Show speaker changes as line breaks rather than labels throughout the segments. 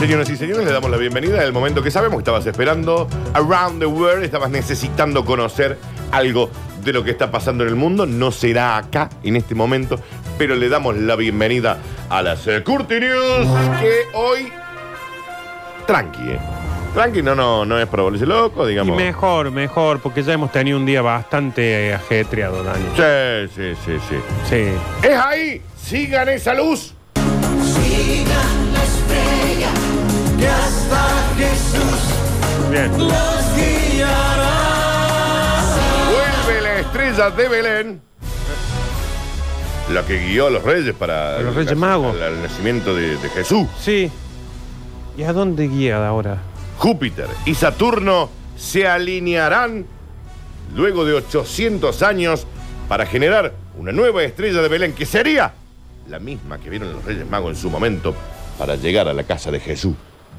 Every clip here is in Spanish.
Señoras y señores, le damos la bienvenida al momento que sabemos que estabas esperando. Around the world, estabas necesitando conocer algo de lo que está pasando en el mundo. No será acá en este momento, pero le damos la bienvenida a las eh, Curti News que hoy. Tranqui, eh. Tranqui, no, no, no es para volverse loco,
Y
digamos.
mejor, mejor, porque ya hemos tenido un día bastante eh, ajetreado, Dani.
Sí, sí, sí, sí.
Sí.
Es ahí, sigan esa luz.
Bien.
Vuelve la estrella de Belén. La que guió a los reyes para.
Los Reyes Magos.
Al, al nacimiento de- de Jesús.
Sí. ¿Y a dónde guía ahora?
Júpiter y Saturno se alinearán luego de 800 años para generar una nueva estrella de Belén que sería la misma que vieron los Reyes Magos en su momento para llegar a la casa de Jesús,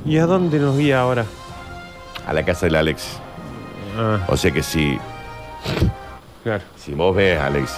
¿Y a dónde nos guía ahora?
a la casa del Alex.
Ah,
O sea que si,
claro.
si vos ves, Alex,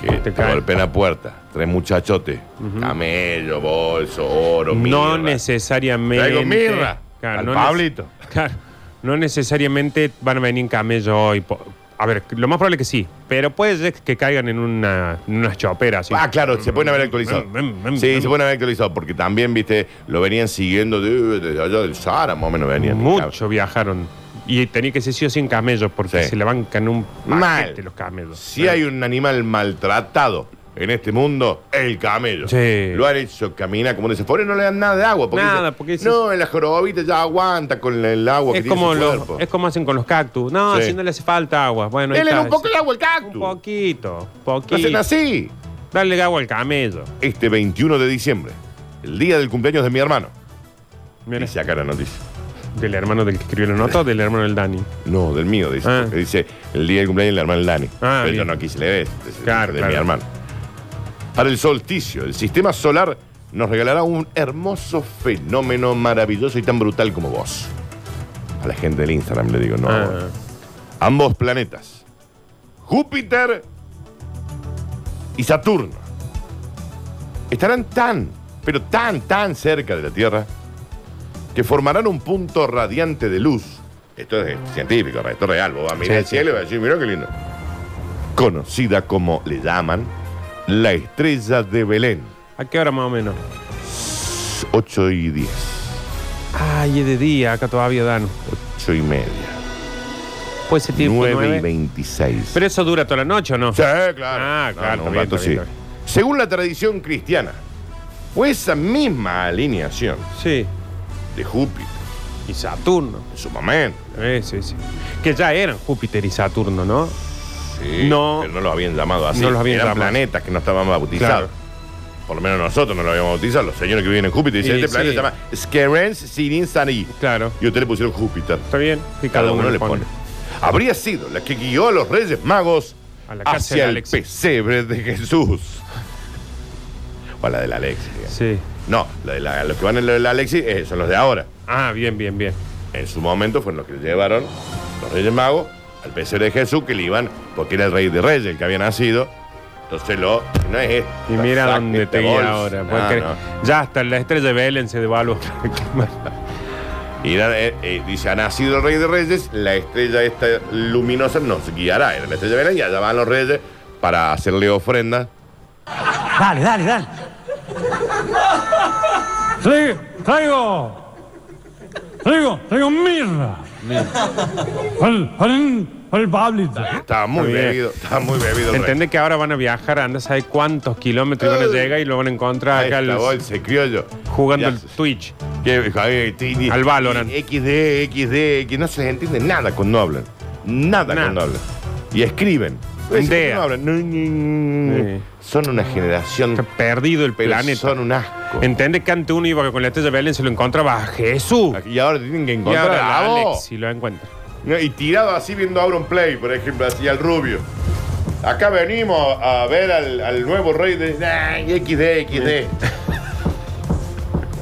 que te,
Te cae.
golpeen la puerta, tres muchachotes, camello, bolso, oro,
No
mirra.
necesariamente.
Traigo mirra
Claro,
al
no
Pablito.
nece- Claro. No necesariamente van a venir en camello hoy. po- A ver, lo más probable que sí, pero puede ser que caigan en, una, en unas choperas. ¿sí?
Ah, claro, se pueden haber actualizado.
Mm, mm, mm,
Sí,
mm.
se pueden haber actualizado, porque también, viste, lo venían siguiendo de- desde allá del Sahara, más o menos venían.
Mucho viajaron. Y tenía que ser sí o sí en camellos porque
Sí.
se le bancan un
Mal.
paquete los camellos.
Si hay un animal maltratado en este mundo, el camello.
Sí.
Lo han hecho caminar como dice, por ahí no le dan nada de agua. Porque
Nada,
dice,
porque dice-
No, en la jorobita ya aguanta con el agua que
es
tiene
como,
su
los-
cuerpo.
es como hacen con los cactus. No,
Sí.
si no le hace falta agua. Bueno, ahí
Denle
está.
un poco de agua al
Un
cactus.
poquito,
Lo hacen
poquito.
así.
Dale agua al camello.
Este 21 de diciembre, el día del cumpleaños de mi hermano.
Mira,
Dice acá la noticia.
Del hermano del que escribió la nota o del hermano del Dani.
No, del mío, dice.
Ah.
porque dice el día del cumpleaños del hermano Dani.
Ah,
Pero yo
bien.
no quise leer eso, es
Claro,
de
claro.
mi hermano. Para el solsticio, el sistema solar nos regalará un hermoso fenómeno maravilloso y tan brutal como vos. A la gente del Instagram le digo, no. a vos.
Ah,
Ambos planetas, Júpiter y Saturno, estarán tan, pero tan, tan cerca de la Tierra que formarán un punto radiante de luz. Esto es científico, esto es real. Vos vas a mirar
Sí,
el
sí.
cielo y vas a decir, mirá qué lindo. Conocida como le llaman la estrella de Belén,
¿A qué hora más o menos?
8 y 10,
Ay, es de día, acá todavía dan.
8 y media,
Puede ser tipo
9, y
9.
26.
Pero eso dura toda la noche o no?
Sí, claro.
Ah,
No,
claro,
no,
está
un
bien,
rato
está bien,
sí.
está bien.
Según la tradición cristiana, fue esa misma alineación
Sí.
de Júpiter
Y Saturno.
en su momento.
Eh, sí, sí. Que ya eran Júpiter y Saturno, ¿no?
Sí,
No.
Pero no los habían llamado así.
No los habían
Eran
llamado.
planetas que no estaban bautizados.
Claro.
Por lo menos nosotros no lo habíamos bautizado. Los señores que viven en Júpiter dicen,
Y
este planeta
sí.
se llama Skerens Sirin Sani.
Claro.
Y ustedes le pusieron Júpiter.
Está bien. Y
Cada uno le pone. Habría sido la que guió a los Reyes Magos
A la casa
hacia
de
el
Alexis.
pesebre de Jesús. O a la del Alexis. digamos.
Sí.
No, la de la- los que van en la de la Alexis eh, son los de ahora.
Ah, bien, bien, bien.
En su momento fueron los que llevaron los Reyes Magos al pesebre de Jesús, que le iban, porque era el rey de reyes el que había nacido. Entonces lo. No es esto.
Y mira
Saca
dónde
este
te guía
bolso.
ahora.
No,
¿puedes creer?
no.
Ya hasta la estrella de Belén se devaluó.
Y era, eh, eh, dice, ha nacido el rey de reyes, la estrella esta luminosa nos guiará. Era la estrella de Belén y allá van los reyes para hacerle ofrendas.
Dale, dale, dale.
Traigo, traigo, traigo, traigo mirra. Para el, para el, para el Pablito.
Estaba muy
Está bien.
bebido, estaba muy bebido. el rey.
¿Entendés que ahora van a viajar? Anda, sabe cuántos kilómetros y van a llegar y lo van a encontrar
Ahí
acá
está,
al-
bolsa, criollo.
jugando
Ya
al
se-
Twitch.
Que, Javier, Tini,
Al Valorant.
XD, XD, que no se les entiende nada cuando hablan. Nada,
Nada.
cuando hablan. Y escriben. Ese
Dea.
no habla. No, no, no.
Sí.
Son una generación.
Está perdido el
Pero
planeta.
son un asco.
¿Entendés que antes uno iba con la estrella de Belén se lo encontraba a Jesús?
Y ahora tienen que
Y
encontrar
ahora
a la voz.
Alex, si lo encuentra.
No, Y tirado así viendo Auron Play, por ejemplo, así al rubio. Acá venimos a ver al, al nuevo rey de. Ay, XD, XD.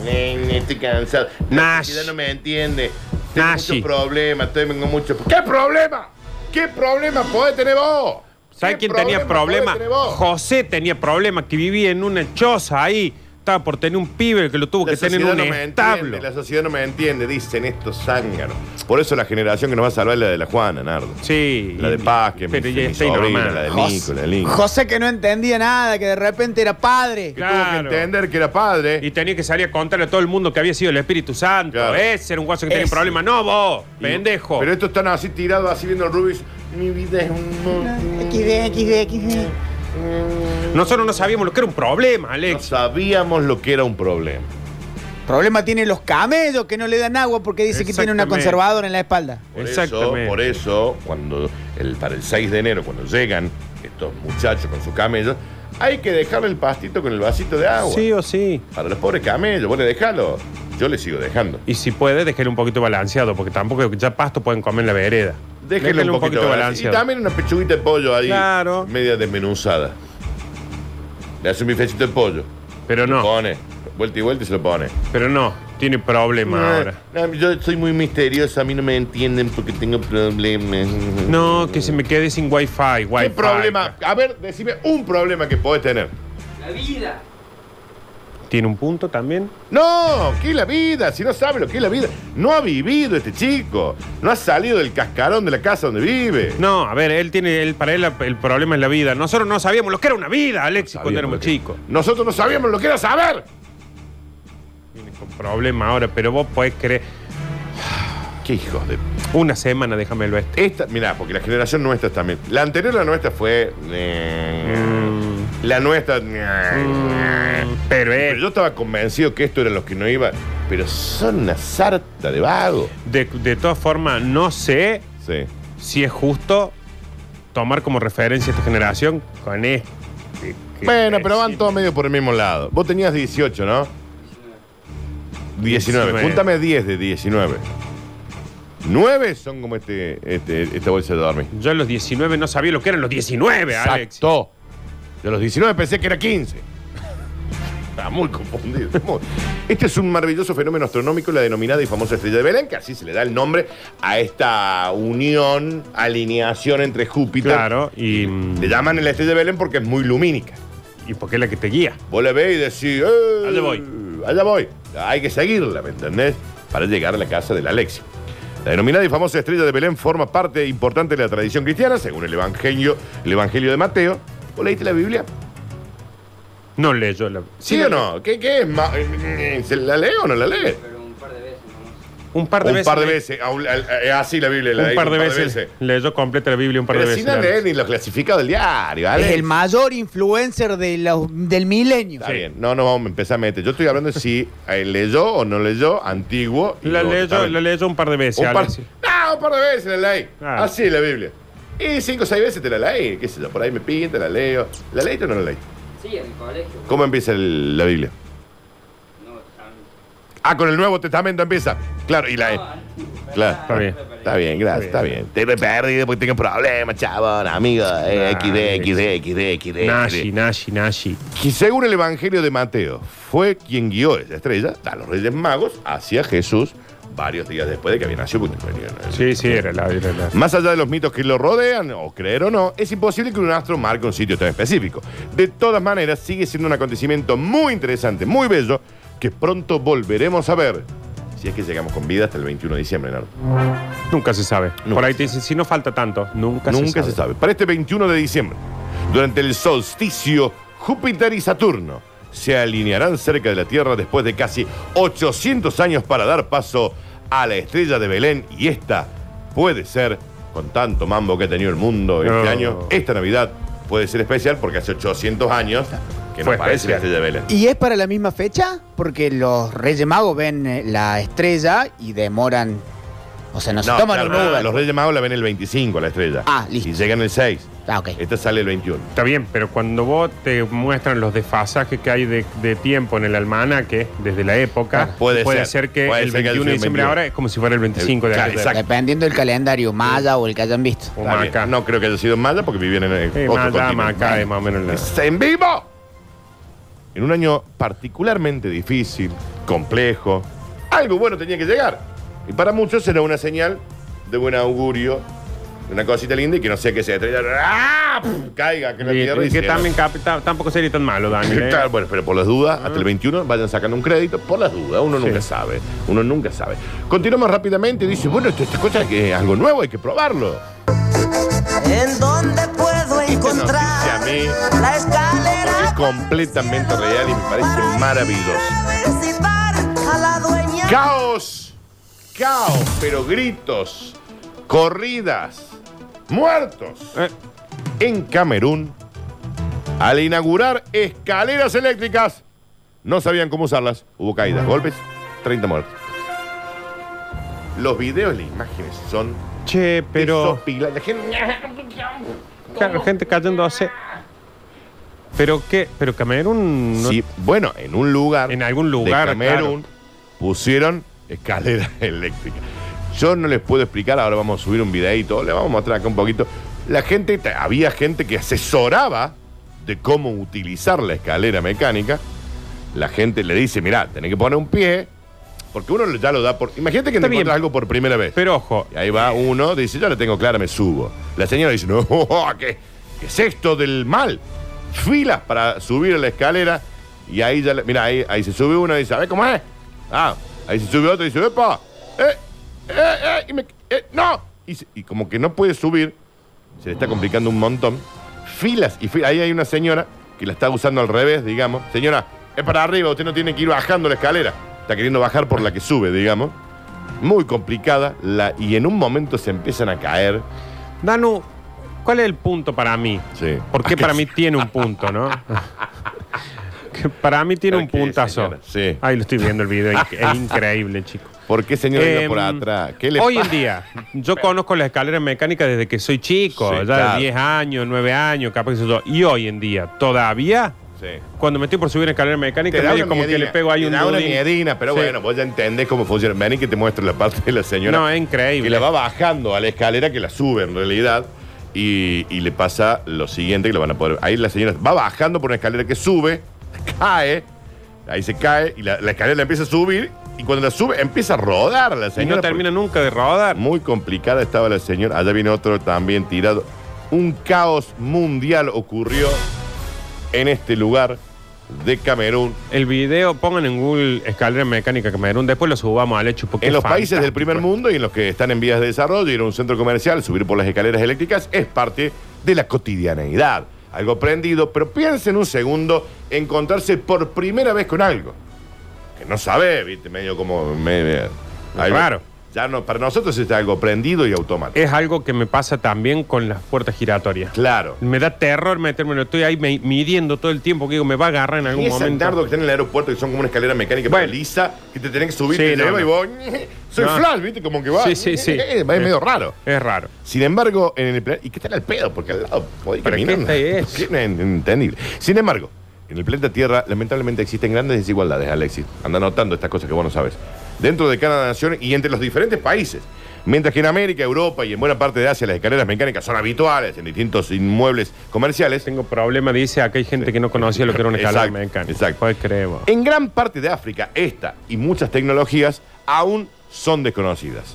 Nen, Eh, estoy cansado. La
Nash.
sociedad no me entiende. Tengo
Nashi.
mucho problema, tengo mucho. ¿Qué problema? ¿Qué problema podés tener vos?
¿Sabes
¿Qué
quién tenía
podés
problemas?
tener vos?
José tenía problemas, que vivía en una choza ahí. Estaba por tener un pibe que lo tuvo
La
que tener en
sociedad
un
no me
establo.
entiende, la sociedad no me entiende, dicen estos zánganos. Por eso la generación que nos va a salvar es la de la Juana, Nardo.
Sí.
La de Paz, que
Pero
mi,
ya
mi
está
sobrina,
normal.
la de
Jos-
Nico, la de Nico.
José que no entendía nada, que de repente era padre.
que tuvo que
Claro.
entender que era padre.
Y tenía que salir a contarle a todo el mundo que había sido el Espíritu Santo.
Claro.
Ese era un guaso que tenía
Ese.
problemas. No, vos,
Y-
pendejo.
Pero estos están así tirados, así viendo el Rubis. Mi vida es un.
XD, XD, XD.
Nosotros no sabíamos lo que era un problema,
No
Alex.
sabíamos lo que era un problema.
Problema tienen los camellos que no le dan agua porque dice que tiene una
Exactamente.
conservadora en la espalda.
Por
Exactamente.
Eso, por eso, cuando el, para el 6 de enero, cuando llegan estos muchachos con sus camellos, hay que dejarle el pastito con el vasito de agua.
Sí o sí.
Para los pobres camellos, vos le dejalo. Yo le sigo dejando.
Y si puede, déjelo un poquito balanceado, porque tampoco ya pasto pueden comer en la vereda.
Déjenle un, poquito de balance. Y también una pechuguita de pollo ahí.
Claro.
Media desmenuzada. Le hace un bifecito de pollo.
Pero
Lo
no,
pone. Vuelta y vuelta y se lo pone.
pero no. Tiene problemas ahora.
No, no, yo soy muy misterioso, a mí no me entienden porque tengo problemas.
No, que se me quede sin wifi, wifi.
¿Qué problema? A ver, decime un problema que podés tener.
¿Tiene un punto también?
No, ¿qué es la vida? Si no sabe lo que es la vida. No ha vivido este chico. No ha salido del cascarón de la casa donde vive.
No, a ver, él tiene, él, para él la- el problema es la vida. Nosotros no sabíamos lo que era una vida, Alexis,
Sabíamos
cuando éramos
lo que-
chicos.
Nosotros no sabíamos lo que era saber.
Tiene un problema ahora, pero vos podés creer.
Qué hijos de
Una semana, déjame este. el oeste.
Esta, mirá, porque la generación nuestra también. La anterior a la nuestra fue. eh, La nuestra. eh,
Pero
Pero
él,
yo estaba convencido que esto eran los que no iban. Pero son una sarta de vago.
de, de todas formas, no sé
Sí.
si es justo tomar como referencia a esta generación con este. que-
Bueno, pero van
sí.
todos medio por el mismo lado. Vos tenías 18, ¿no? 19.
19.
Júntame 10 de 19. 9 son como este, este- esta bolsa de dormir.
Yo a los 19 no sabía lo que eran los 19, Alex.
Exacto. De los 19 pensé que era 15. Estaba muy confundido. muy. Este es un maravilloso fenómeno astronómico, la denominada y famosa estrella de Belén, que así se le da el nombre a esta unión, alineación entre Júpiter.
Claro, y,
Le llaman la estrella de Belén porque es muy lumínica.
y porque es la que te guía.
Vos la ves y decís, "Eh,
Allá voy".
Allá voy. Hay que seguirla, ¿me entendés? Para llegar a la casa del Alexis. La denominada y famosa estrella de Belén forma parte importante de la tradición cristiana, según el Evangelio, el Evangelio de Mateo. ¿Vos leíste la Biblia?
No leyó la.
¿Sí o no? ¿Qué, qué es? ma- ¿Se ¿La lee o no la lee?
Un par de
Un
veces.
par de
le-
veces. a un- al- a- Así la Biblia la
Un
leí,
par de veces. Leyó completa la Biblia un par
Pero
de
sin
veces.
la
la-
leer ni los clasificados del diario,
Es
Alex.
el mayor influencer de los- del milenio.
Está bien. No, no vamos a empezar a meter. Yo estoy hablando de si eh, leyó o no leyó, antiguo. y
La
luego
leyó,
también.
la leyó un par de veces.
Un par,
Alexis.
no, un par de veces la leí.
Ah.
Así la Biblia. Y cinco o seis veces te la leí. ¿Qué sé yo? Por ahí me pinta, la leo. ¿La leí o no la leí?
Sí, en el colegio.
¿Cómo empieza el- la Biblia?
No, también.
Ah, con el Nuevo Testamento empieza. Claro, y la E. Claro.
Está bien.
Está bien, gracias, está bien. Te he perdido porque tengo problemas, chabón, amigo. Eh,
Nah,
XD, XD, XD, XD.
Nashi, Nashi, Nashi.
Y según el Evangelio de Mateo, fue quien guió esa estrella a los Reyes Magos hacia Jesús varios días después de que había nacido. porque no venía, ¿no?
Sí, sí, era la. Era la.
Más allá de los mitos que lo rodean, o creer o no, es imposible que un astro marque un sitio tan específico. De todas maneras, sigue siendo un acontecimiento muy interesante, muy bello, que pronto volveremos a ver. Si es que llegamos con vida hasta el 21 de diciembre, Nardo.
Nunca se sabe.
Nunca
Por ahí
se
te dicen, si no falta tanto, nunca,
Nunca
se sabe.
Para este 21 de diciembre, durante el solsticio, Júpiter y Saturno se alinearán cerca de la Tierra después de casi 800 años para dar paso a la estrella de Belén y esta puede ser, con tanto mambo que ha tenido el mundo este
No.
año, esta Navidad puede ser especial porque hace 800 años que no
Fue
aparece la estrella
especial.
de Belén.
¿Y es para la misma fecha? Porque los Reyes Magos ven eh, la estrella y demoran. O sea, no se
No,
toman
claro,
un
no,
Uber.
Los Reyes Magos la ven el 25 la estrella.
Ah, listo.
Y llegan el 6.
Ah, ok.
Esta sale el 21.
Está bien, pero cuando vos te muestran los desfasajes que hay de, de tiempo en el almanaque, desde la época,
Claro. Puede ser.
que
Puede
el
ser que haya sido
21 de
el
diciembre
21.
ahora es como si fuera el 25 de
Claro,
ayer.
exacto.
Dependiendo del calendario maya o el que hayan visto.
O
Está bien.
Maca.
No creo que haya sido en Maya porque vivían en el
Eh,
otro
más allá,
continente.
más acá, es más o menos la-
¡Está en vivo! En un año particularmente difícil, complejo, algo bueno tenía que llegar. Y para muchos era una señal de buen augurio, de una cosita linda y que no sea que se estrella, ¡ah! Pf, caiga, que la
Y-
tierra
y
y
que
se-
también cap- ta- tampoco sería tan malo, Daniel. ¿eh?
Claro, bueno, pero por las dudas, hasta el 21 vayan sacando un crédito, por las dudas, uno nunca sabe, uno nunca sabe. Continuamos rápidamente y dice, bueno, esto, esta cosa es que es algo nuevo, hay que probarlo.
¿En dónde puedo
Esta noticia a
encontrar
mí
la
es
escalera?
completamente real y me parece maravilloso.
Visitar a la dueña.
Caos, caos, pero gritos, corridas, muertos.
Eh,
En Camerún, al inaugurar escaleras eléctricas, no sabían cómo usarlas. Hubo caídas, golpes, 30 muertos. Los videos y las imágenes son
¿eh? che, pero.
desopilantes. La gente-
Claro, gente cayéndose. Pero qué, pero Camerún. no-
Sí, bueno, en un lugar.
En algún lugar,
De Camerún pusieron escaleras eléctricas. Yo no les puedo explicar, ahora vamos a subir un videito, le vamos a mostrar acá un poquito. La gente, te- había gente que asesoraba de cómo utilizar la escalera mecánica. La gente le dice, mirá, tenés que poner un pie, porque uno ya lo da por... Imagínate que te
Está bien.
encuentras algo por primera vez.
Pero ojo,
Y ahí va uno, dice, yo la tengo clara, me subo. La señora dice, no, ¿qué, qué es esto del mal? Filas para subir a la escalera. Y ahí ya, le- mira, ahí, ahí se sube uno y dice, a ver cómo es. Ah, ahí se sube otro y dice, ¡epa! ¡Eh! ¡Eh! eh, y me- eh, ¡No! Y, se- y como que no puede subir, se le está complicando un montón. Filas y filas. Ahí hay una señora que la está usando al revés, digamos. Señora, es para arriba, usted no tiene que ir bajando la escalera. Está queriendo bajar por la que sube, digamos muy complicada la, y en un momento se empiezan a caer.
Danu, ¿cuál es el punto para mí?
Ah, Sí.
¿Por qué
¿A qué
para
se-
mí tiene un punto, no? Que para mí tiene
¿Para
un
qué,
puntazo.
señora? Sí.
Ahay, lo estoy viendo el video. inc- Es increíble, chico.
¿Por qué señora iba por
Em,
atrás? ¿Qué le
hoy
pasa?
en día, yo conozco las escaleras mecánicas desde que soy chico,
Sí,
ya
claro.
de 10 años, 9 años, capaz que sé yo. Y hoy en día, todavía,
Sí.
cuando me estoy por subir una escalera mecánica,
Te da
medio
una
como que
miedina,
le pego ahí
te
un
da una
nudín.
miedina, pero
Sí.
bueno, vos ya entendés cómo funciona. Ven y que te muestro la parte de la señora.
No, es increíble.
Que la va bajando a la escalera, que la sube en realidad. Y, y le pasa lo siguiente que lo van a poder. Ahí la señora va bajando por una escalera que sube, cae, ahí se cae, y la, la escalera la empieza a subir, y cuando la sube, empieza a rodar la
Y
señora. pues. Mm.
no
porque-
termina nunca de rodar.
Muy complicada estaba la señora. Allá viene otro también tirado. Un caos mundial ocurrió en este lugar de Camerún.
El video, pongan en Google escalera mecánica Camerún, después lo subamos al hecho. Porque
En
es
los países del
fantástico.
primer mundo y en los que están en vías de desarrollo, ir a un centro comercial, subir por las escaleras eléctricas, es parte de la cotidianeidad. Algo aprendido, pero piensen un segundo, encontrarse por primera vez con algo. Que no sabe, viste, medio como... me- me- algo-
Raro. Eh,
Ya no, para nosotros es algo aprendido y automático.
es algo que me pasa también con las puertas giratorias.
Claro.
Me da terror metérmelo. Estoy ahí me- midiendo todo el tiempo que digo, me va a agarrar en
Y
algún
esas Nardo
momento.
que están en el aeropuerto que son como una escalera mecánica
Bueno.
pero lisa que te tenés que subir,
Sí,
te
no,
lleva y
no.
vos. Soy
No.
Flash, ¿viste? Como que va.
Sí, sí, sí.
Es medio raro.
Es raro.
Sin embargo, en el planeta. Y que está al pedo, porque al lado podés
¿Para qué
caminar.
está eso?
Sí, no es Entendible. Sin embargo, en el planeta Tierra, lamentablemente existen grandes desigualdades, Alexis. Anda notando estas cosas que vos no sabes. Dentro de cada nación y entre los diferentes países. Mientras que en América, Europa y en buena parte de Asia las escaleras mecánicas son habituales en distintos inmuebles comerciales,
Tengo problema, dice, acá hay gente que no conocía lo que era una escalera
Exacto,
mecánica.
exacto.
Pues creo.
En gran parte de África, esta y muchas tecnologías aún son desconocidas.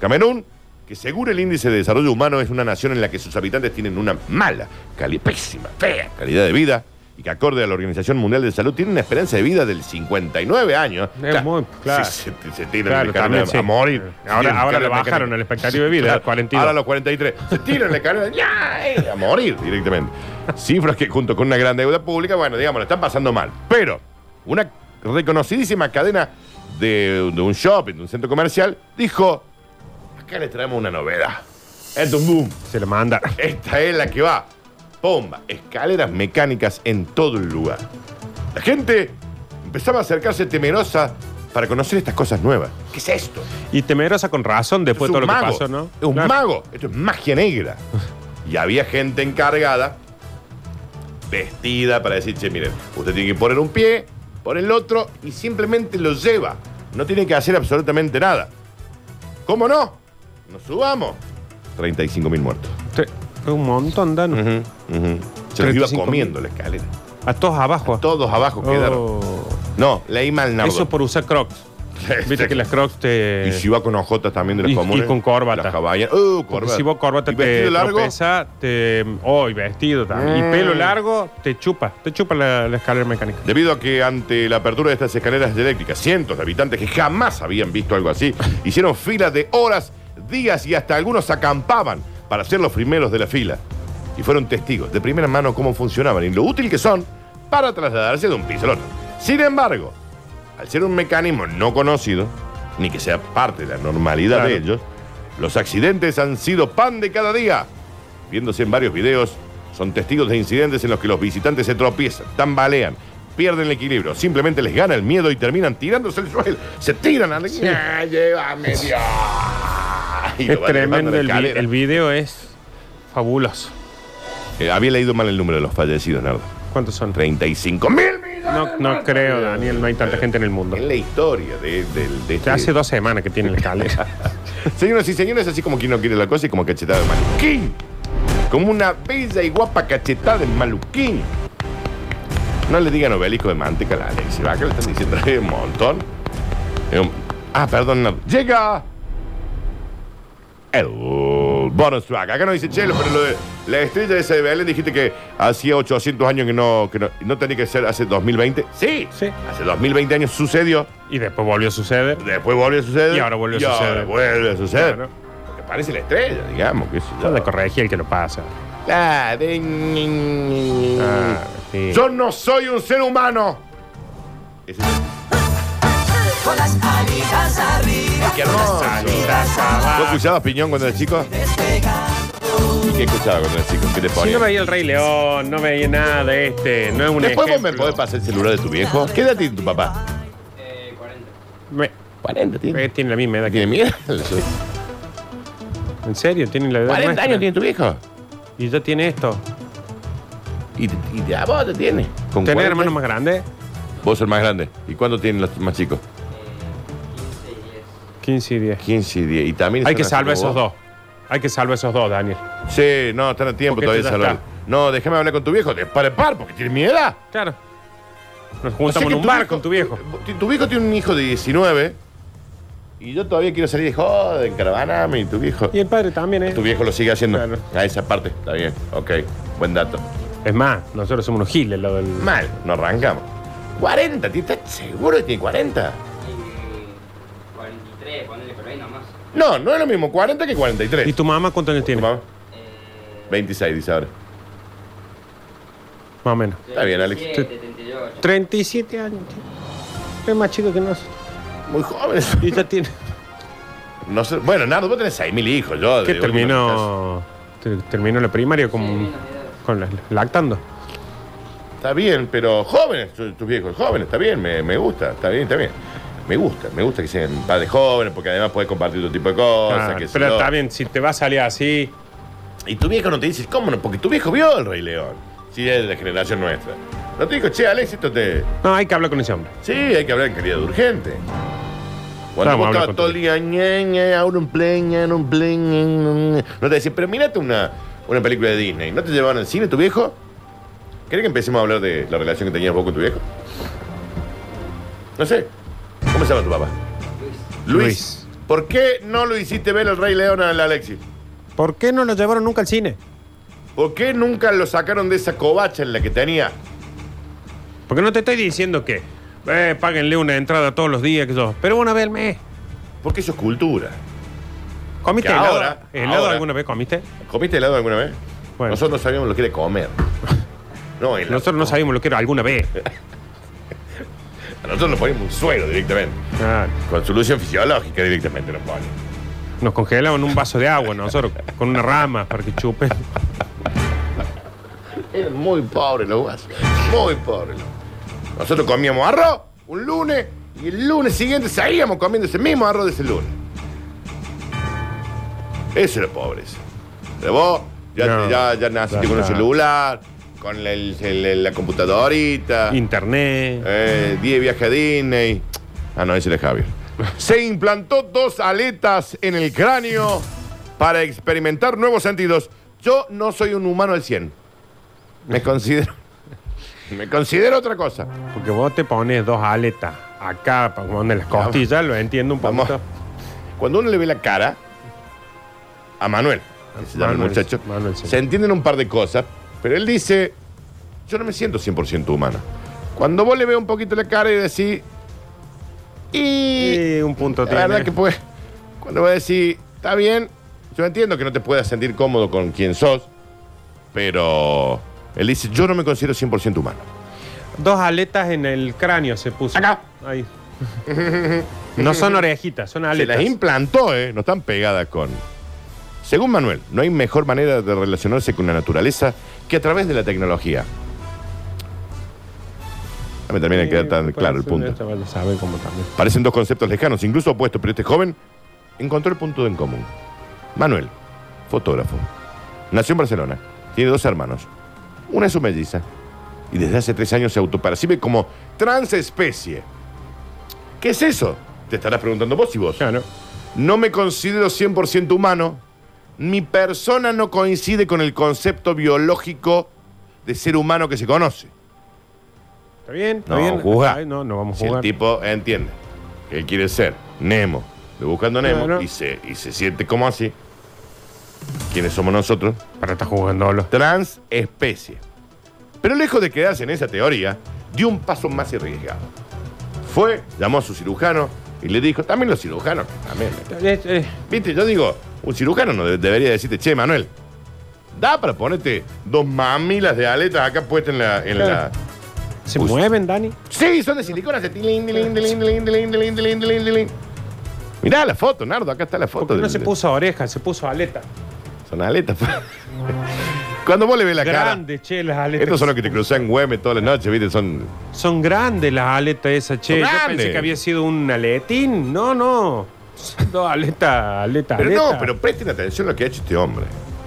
Camerún, que según el índice de desarrollo humano es una nación en la que sus habitantes tienen una mala, cali- pésima, fea calidad de vida y que acorde a la Organización Mundial de Salud tiene una esperanza de vida del 59 años.
Es muy- claro.
Si se, se tiran
Claro,
en la escalera
también, sí.
a morir.
Ahora-
Tienen
ahora
escalera
le bajaron
mecánica.
el expectativa de vida, a 42.
Ahora a los 43. Se tiran en la escalera ¡ya! eh, a morir directamente. Cifras que junto con una gran deuda pública, bueno, digamos, la están pasando mal. Pero una reconocidísima cadena de, de un shopping, de un centro comercial, dijo, acá les traemos una novedad. Esto es un boom.
Se lo manda.
Esta es la que va. Pomba, escaleras mecánicas en todo el lugar. La gente empezaba a acercarse temerosa para conocer estas cosas nuevas. ¿Qué es esto?
Y temerosa con razón después de
Esto
todo
es
lo
un
que
mago.
pasó, ¿no?
Es un
Claro.
mago. Esto es magia negra. Y había gente encargada, vestida, para decir, che, miren, usted tiene que poner un pie, poner el otro y simplemente lo lleva. No tiene que hacer absolutamente nada. ¿Cómo no? Nos subamos. 35.000 muertos.
Te- Es un montón, Dan.
Ujú, ujú. Se los iba
35.000.
comiendo la escalera.
A todos abajo.
Todos abajo
Oh.
quedaron. No, leí mal Nardo. Este.
Eso por usar crocs. Viste que las crocs te.
Y si va con ojotas también de los
Y- y
comunes.
con corbata.
Las caballas. Uh,
Porque
corbata.
si vos corbata
¿Y vestido
te
largo?
tropeza, te. Oh, y vestido también.
Mm.
Y pelo largo, te chupa. Te chupa la, la escalera mecánica.
Debido a que ante la apertura de estas escaleras eléctricas, cientos de habitantes que jamás habían visto algo así, hicieron filas de horas, días y hasta algunos acampaban para ser los primeros de la fila. Y fueron testigos de primera mano cómo funcionaban y lo útil que son para trasladarse de un piso al otro. Sin embargo, al ser un mecanismo no conocido, ni que sea parte de la normalidad
Claro.
de ellos, los accidentes han sido pan de cada día. Viéndose en varios videos, son testigos de incidentes en los que los visitantes se tropiezan, tambalean, pierden el equilibrio, simplemente les gana el miedo y terminan tirándose al suelo. Se tiran al... ¡Ah, llévame, Dios! Y lo
es
van llevando a
tremendo.
la
El, vi-
escalera.
el video es fabuloso.
Eh, había leído mal el número de los fallecidos, Nardo.
¿Cuántos son?
35 mil
No, no creo, Daniel. No hay tanta gente en el mundo.
en la historia de, del- de
Ya
este-
hace dos semanas que tiene la escalera.
Señoras y señores, así como quien no quiere la cosa y como cachetada de maluquín. Como una bella y guapa cachetada de maluquín. No le digan obelisco de manteca a la Alexi. ¿Va? que le están diciendo? Es un montón. Es un- Ah, perdón. no. Llega el bonus track. Acá no dice Chelo, pero lo de la estrella de esa de Belén dijiste que hacía 800 años que no, que no, no tenía que ser hace 2020. Sí,
Sí.
hace 2020 años sucedió.
y después volvió a suceder.
Después volvió a suceder.
Y ahora vuelve a
ahora
suceder.
vuelve a suceder.
Claro.
Porque parece la estrella, digamos. Que
Yo le corregí el que lo pasa. Ah, sí.
Yo no soy un ser humano. Ese es-
Con las alitas arriba.
Qué hermoso.
Ah.
¿Vos escuchabas piñón cuando eras chico? ¿Y qué escuchabas cuando eras chico? ¿Qué te
Si
ponía?
no veía el Rey León, no veía nada de este, no es un
Después vos me
ejemplo.
podés pasar el celular de tu viejo. ¿Qué edad tiene tu papá?
Eh, 40.
Me-
40
eh, tiene la misma edad
¿Tiene
que
miedo?
¿En serio? ¿Tiene la edad
40
nuestra?
años tiene tu viejo.
Y ya tiene esto.
Y, y a vos te tiene. Con
¿Tenés
40.
hermanos más grandes?
Vos el más grande. ¿Y cuánto tienen los más chicos?
15 y 10.
15 y 10.
15 y 10. Y también
Hay que
son así
salvar
como
esos
vos.
dos. Hay que salvar esos dos, Daniel.
Sí, no, están a tiempo
Porque
todavía de
esto ya
salvar. No, déjame hablar con tu viejo. De par en par, porque tiene mi edad.
Claro. Nos
O sea
juntamos
que
en un bar con tu viejo.
Tu, tu viejo tiene un hijo de 19 y yo todavía quiero salir de joder, en caravana, y tu viejo.
Y el padre también, ¿eh?
Tu viejo lo sigue haciendo.
Claro.
A esa parte, está bien. Ok, buen dato.
Es más, nosotros somos unos giles, lo del...
Mal, nos arrancamos. 40, ¿tí- ¿estás seguro que tiene 40?
Eh, Y 43, ponele por ahí nomás.
No, no es lo mismo 40 que 43.
¿Y tu mamá cuántos años tiene?
Mamá,
Eh,
26, dice ahora.
Más o menos.
Está bien, Alex.
37, 38.
37 años, tío. Es más chico que nosotros.
Muy joven.
Y ya tiene...
No sé- bueno, Nardo, vos tenés 6.000 hijos. Yo,
¿Qué
de última casa.
terminó? te- Terminó la primaria
Sí,
con,
menos edad.
con la- lactando.
Está bien, pero jóvenes, tu- tus viejos, jóvenes, está bien, me, me gusta, está bien, está bien. Me gusta, me gusta que sean padres jóvenes, porque además puedes compartir otro tipo de cosas.
Ah,
que sé
pero
yo.
está bien, si te va a salir así,
Y tu viejo no te dice, ¿cómo no? Porque tu viejo vio el Rey León. Si es de la generación nuestra. No te digo, che, Alex, esto te.
no, hay que hablar con ese hombre.
Sí, hay que hablar en calidad de urgente. Cuando
Vamos,
vos
habla
estabas
con
todo el
tu
día, ñe, ñe, ahora un play, ñe, no un play, ñe, no, ñe. No te decían, pero mirate una, una película de Disney. ¿No te llevaban al cine tu viejo? ¿Querés que empecemos a hablar de la relación que tenías vos con tu viejo? No sé. ¿Cómo se llama tu papá? Luis.
Luis.
¿Por qué no lo hiciste ver el Rey León al Alexis?
¿Por qué no lo llevaron nunca al cine?
¿Por qué nunca lo sacaron de esa covacha en la que tenía?
Porque no te estoy diciendo que eh, páguenle una entrada todos los días, que yo, pero una vez al mes.
Porque eso es cultura.
¿Comiste
Que
helado?
ahora,
¿Helado
ahora.
alguna vez comiste?
¿Comiste helado alguna vez?
Bueno.
Nosotros no sabíamos lo que era comer. No, helado.
Nosotros no sabíamos lo que era alguna vez.
A nosotros nos poníamos un suero directamente.
Ah,
Con solución fisiológica directamente nos ponen.
nos congelaban un vaso de agua nosotros, con una rama para que chupen.
Eran muy pobres los guasos. Muy pobres. los- Nosotros comíamos arroz un lunes y el lunes siguiente seguíamos comiendo ese mismo arroz de ese lunes. Eso era pobreza. Pero vos Ya,
No.
ya, ya naciste
Ya
con un
está.
celular, con el- el- el- la computadorita.
Internet.
Eh, 10 viajes a Disney. Ah, no, ese era Javier. Se implantó dos aletas en el cráneo para experimentar nuevos sentidos. Yo no soy un humano al 100. Me considero. Me considero otra cosa.
Porque vos te pones dos aletas acá, para donde las costillas, lo entiendo un
Vamos.
poquito.
Cuando uno le ve la cara a Manuel, que se llama el
Manuel,
muchacho,
Manuel, sí.
se entienden un par de cosas, pero él dice, yo no me siento 100% humano. Cuando vos le ves un poquito la cara y decís, y...
Y un punto
La verdad
tiene.
que pues, cuando voy a decir, está bien, yo entiendo que no te puedas sentir cómodo con quien sos, pero él dice, yo no me considero 100% humano.
Dos aletas en el cráneo se puso.
Acá.
Ahí. No son orejitas, son
Se
aletas.
las implantó, ¿eh? No están pegadas con... Según Manuel, no hay mejor manera de relacionarse con la naturaleza que a través de la tecnología. No me termina de quedar tan claro el punto.
Sabe cómo también.
Parecen dos conceptos lejanos, incluso opuestos, pero este joven encontró el punto en común. Manuel, fotógrafo, nació en Barcelona, tiene dos hermanos. Una es su melliza y desde hace tres años se autopercibe como transespecie. ¿Qué es eso? Te estarás preguntando vos y vos.
Claro.
No me considero 100% humano. Mi persona no coincide con el concepto biológico de ser humano que se conoce.
¿Está bien? ¿Está
No,
bien?
juzga.
Ay, No, no vamos
Si
a
el
jugar.
tipo entiende que él quiere ser Nemo, de buscando Nemo,
Claro.
y, se, y se siente como así, ¿quiénes somos nosotros?
Para estar jugándolo.
Transespecie. Pero lejos de quedarse en esa teoría, dio un paso más arriesgado. Fue, llamó a su cirujano y le dijo, también los cirujanos, que también.
Eh, eh,
Viste, yo digo, un cirujano no de- debería decirte, che, Manuel, da para ponerte dos mamilas de aletas acá puestas en la... En la...
Claro. ¿Se
Uy.
mueven, Dani?
Sí, son de silicona. hace tilín, tilín, tilín, tilín, tilín, tilín, tilín, tilín, tilín. Mirá la foto, Nardo. Acá está la foto.
Porque no
del-
se puso oreja, se puso aleta.
Son aletas. Cuando vos le ves la cara.
Grandes, che, las aletas.
Estos son los que te cruzan Güemes todas las noches, ¿viste? Son.
Son grandes las aletas esas,
Son
che. Yo
grandes.
pensé que había sido un aletín. No, no. Son Dos aletas, aletas,
Pero
aletas.
no, pero presten atención a lo que ha hecho este hombre.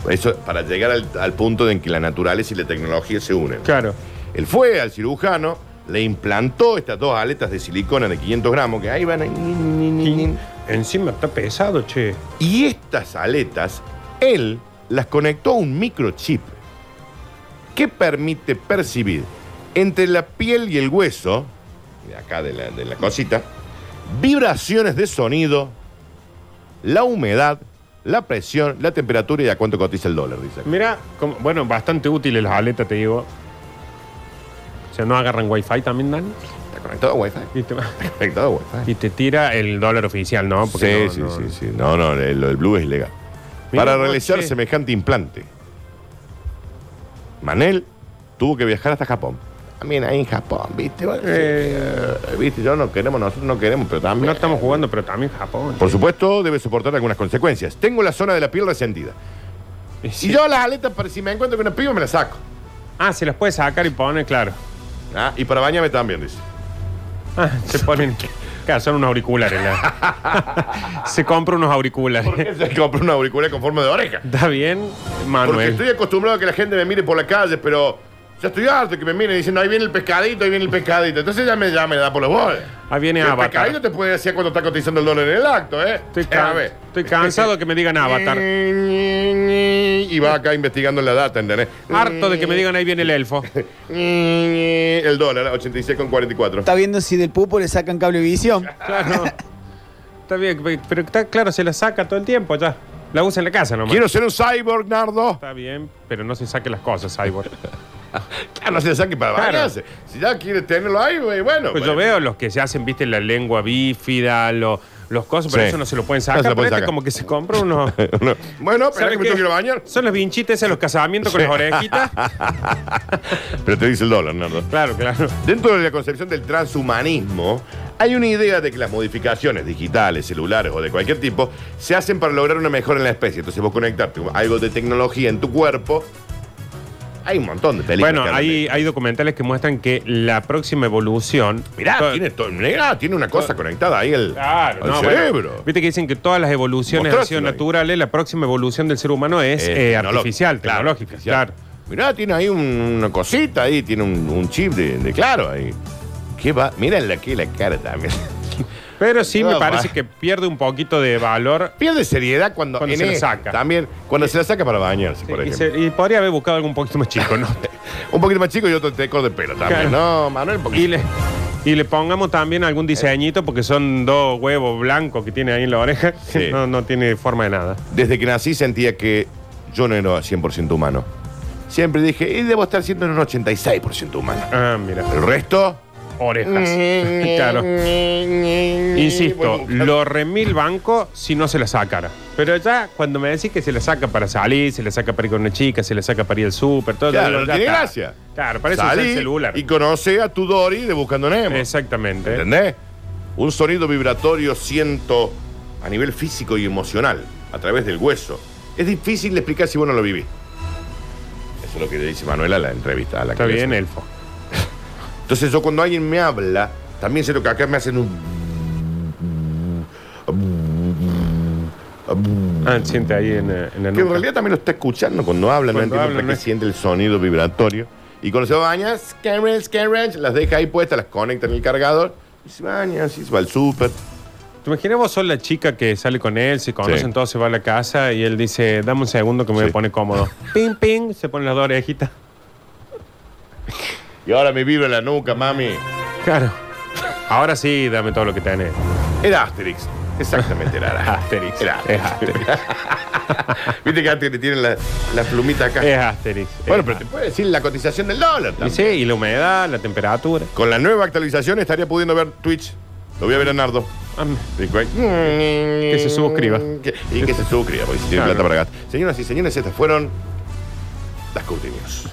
Eso para llegar al, al punto en que la naturaleza y la tecnología se unen.
Claro.
Él fue al cirujano, le implantó estas dos aletas de silicona de 500 gramos, que ahí van. ahí.
Encima está pesado, che.
Y estas aletas, él las conectó a un microchip que permite percibir entre la piel y el hueso, de acá de la, de la cosita, vibraciones de sonido, la humedad, la presión, la temperatura y a cuánto cotiza el dólar, dice. acá.
Mira, como- bueno, bastante útiles las aletas, te digo. O sea, no agarran wifi también, Dani.
Está conectado a Wi-Fi.
Y te,
Está conectado a Wi-Fi.
y te tira el dólar oficial, ¿no?
Sí,
no,
sí,
no.
sí, sí. No, no, lo del Blue es ilegal.
Mira
Para
vos,
realizar
che.
semejante implante, Manel tuvo que viajar hasta Japón. También ahí en Japón, ¿viste? Bueno,
Eh.
sí, eh, ¿Viste? Yo no queremos, nosotros no queremos, pero también.
No estamos jugando, pero también Japón.
Por supuesto, debe soportar algunas consecuencias. Tengo la zona de la piel resentida. Y yo las aletas, para si me encuentro con una piba, me las saco.
Ah, se las puede sacar y poner, claro.
Ah, Y para bañarme también, dice.
Ah, se ponen. Claro, son unos auriculares. la- se compra unos auriculares.
¿Por qué se compró una auricular con forma de oreja?
¿Está bien,
Porque
Manuel?
estoy acostumbrado a que la gente me mire por la calle, pero ya estoy harto que me miren diciendo, ahí viene el pescadito, ahí viene el pescadito. Entonces ya me, ya me da por los bolas.
Ahí Ah, viene
Y El
Avatar.
pescadito te puede decir cuando está cotizando el dólar en el acto, ¿eh?
Estoy,
Eh, a
can-
ver.
estoy cansado que me digan Avatar.
Y va acá investigando la data, ¿entendés?
Harto de que me digan ahí viene el elfo.
El dólar, 86,44.
Está viendo si del pupo le sacan cablevisión.
Claro. Está bien, pe- pero está claro, se la saca todo el tiempo ya. La usa en la casa nomás.
Quiero ser un cyborg, Nardo.
Está bien, pero no se saque las cosas, Cyborg.
Ah, no se saque para
Claro.
bañarse. Si ya quieres tenerlo ahí, güey, bueno.
Pues yo
bueno.
veo los que se hacen, viste, la lengua bífida, lo- los cosas, pero
Sí.
eso no se lo pueden
No se lo
sacar. pero
pueden
este
sacar.
como que se compra unos.
Bueno, pero
¿Sabe
que me
qué?
tengo que ir a bañar.
Son los vinchites esos, los casamientos con las orejitas.
Pero te dice el dólar, Nardo.
Claro, claro.
Dentro de la concepción del transhumanismo, hay una idea de que las modificaciones digitales, celulares o de cualquier tipo se hacen para lograr una mejora en la especie. Entonces vos conectarte con algo de tecnología en tu cuerpo. Hay un montón de películas.
Bueno,
que hablan
hay,
de-
hay documentales que muestran que la próxima evolución.
Mirá,
To-
tiene, to- mirá, tiene una cosa conectada ahí el,
Claro,
al
no, bueno,
cerebro.
Viste que dicen que todas las evoluciones han sido
Mostráselo ahí.
naturales, la próxima evolución del ser humano es eh,
tecnológico.
artificial,
Claro,
tecnológica,
artificial.
claro.
Mirá, tiene ahí un- una cosita ahí, tiene un, un chip de, de claro ahí. ¿Qué va? Mira la, aquí la cara también.
Pero sí me
No,
parece
va.
que pierde un poquito de valor.
Pierde seriedad cuando,
Cuando
en
se la
e-
saca.
También, cuando se la saca para bañarse, por
y,
ejemplo.
se- y podría haber buscado algo un poquito más chico, ¿no?
Un poquito más chico y otro teco de pelo también.
Claro.
No, Manuel, un poquito.
y, le, y le pongamos también algún
Eh.
diseñito porque son dos huevos blancos que tiene ahí en la oreja.
Sí.
No, no tiene forma de nada.
Desde que nací sentía que yo no era 100% humano. Siempre dije, y debo estar siendo un 86% humano.
Ah, mira.
El resto,
Orejas.
Mm.
claro. Insisto, lo remil banco si no se la sacara. Pero ya cuando me decís que se la saca para salir, se la saca para ir con una chica, se la saca para ir al súper, todo
Claro,
ya
no tiene
está.
gracia.
Claro, para eso usa
Salí
el celular.
y conoce a tu Dory de Buscando Nemo.
Exactamente. ¿eh?
¿Entendés? Un sonido vibratorio siento a nivel físico y emocional, a través del hueso. Es difícil de explicar si vos no lo vivís. Eso es lo que le dice Manuela a la entrevista. A la
Está
que le
bien,
hace.
elfo.
Entonces yo cuando alguien me habla, también sé lo que acá me hacen un...
Ah, siente ahí en, eh, en la
Que en
nuca.
realidad también lo está escuchando cuando habla, no
Cuando
entiendo
habla,
por
no
qué
es-
siente el sonido vibratorio. Y cuando se baña, scarrel, scarrel, las deja ahí puestas, las conecta en el cargador, y se baña, así se va al súper.
¿Te imaginas vos sos la chica que sale con él, se conocen
Sí.
todos, se va a la casa y él dice, dame un segundo que me voy
Sí.
a poner cómodo? ping, ping, se ponen las dos orejitas.
Y ahora me vibra la nuca, mami.
Claro. Ahora sí, dame todo lo que tenés.
Era Asterix. Exactamente, era
Asterix.
Era
Es
Asterix.
Asterix.
Viste que Asterix tiene la, la plumita acá.
Es Asterix.
bueno,
Es
pero te puede decir la cotización del dólar
Y
también.
sí, y la humedad, la temperatura.
Con la nueva actualización estaría pudiendo ver Twitch. Lo voy a ver a Nardo.
Ah, me-
Dijo ahí, Que
se suscriba.
que- Y que se suscriba, porque si tiene
Claro.
plata para gastar. Señoras y señores, estas fueron las Curti News.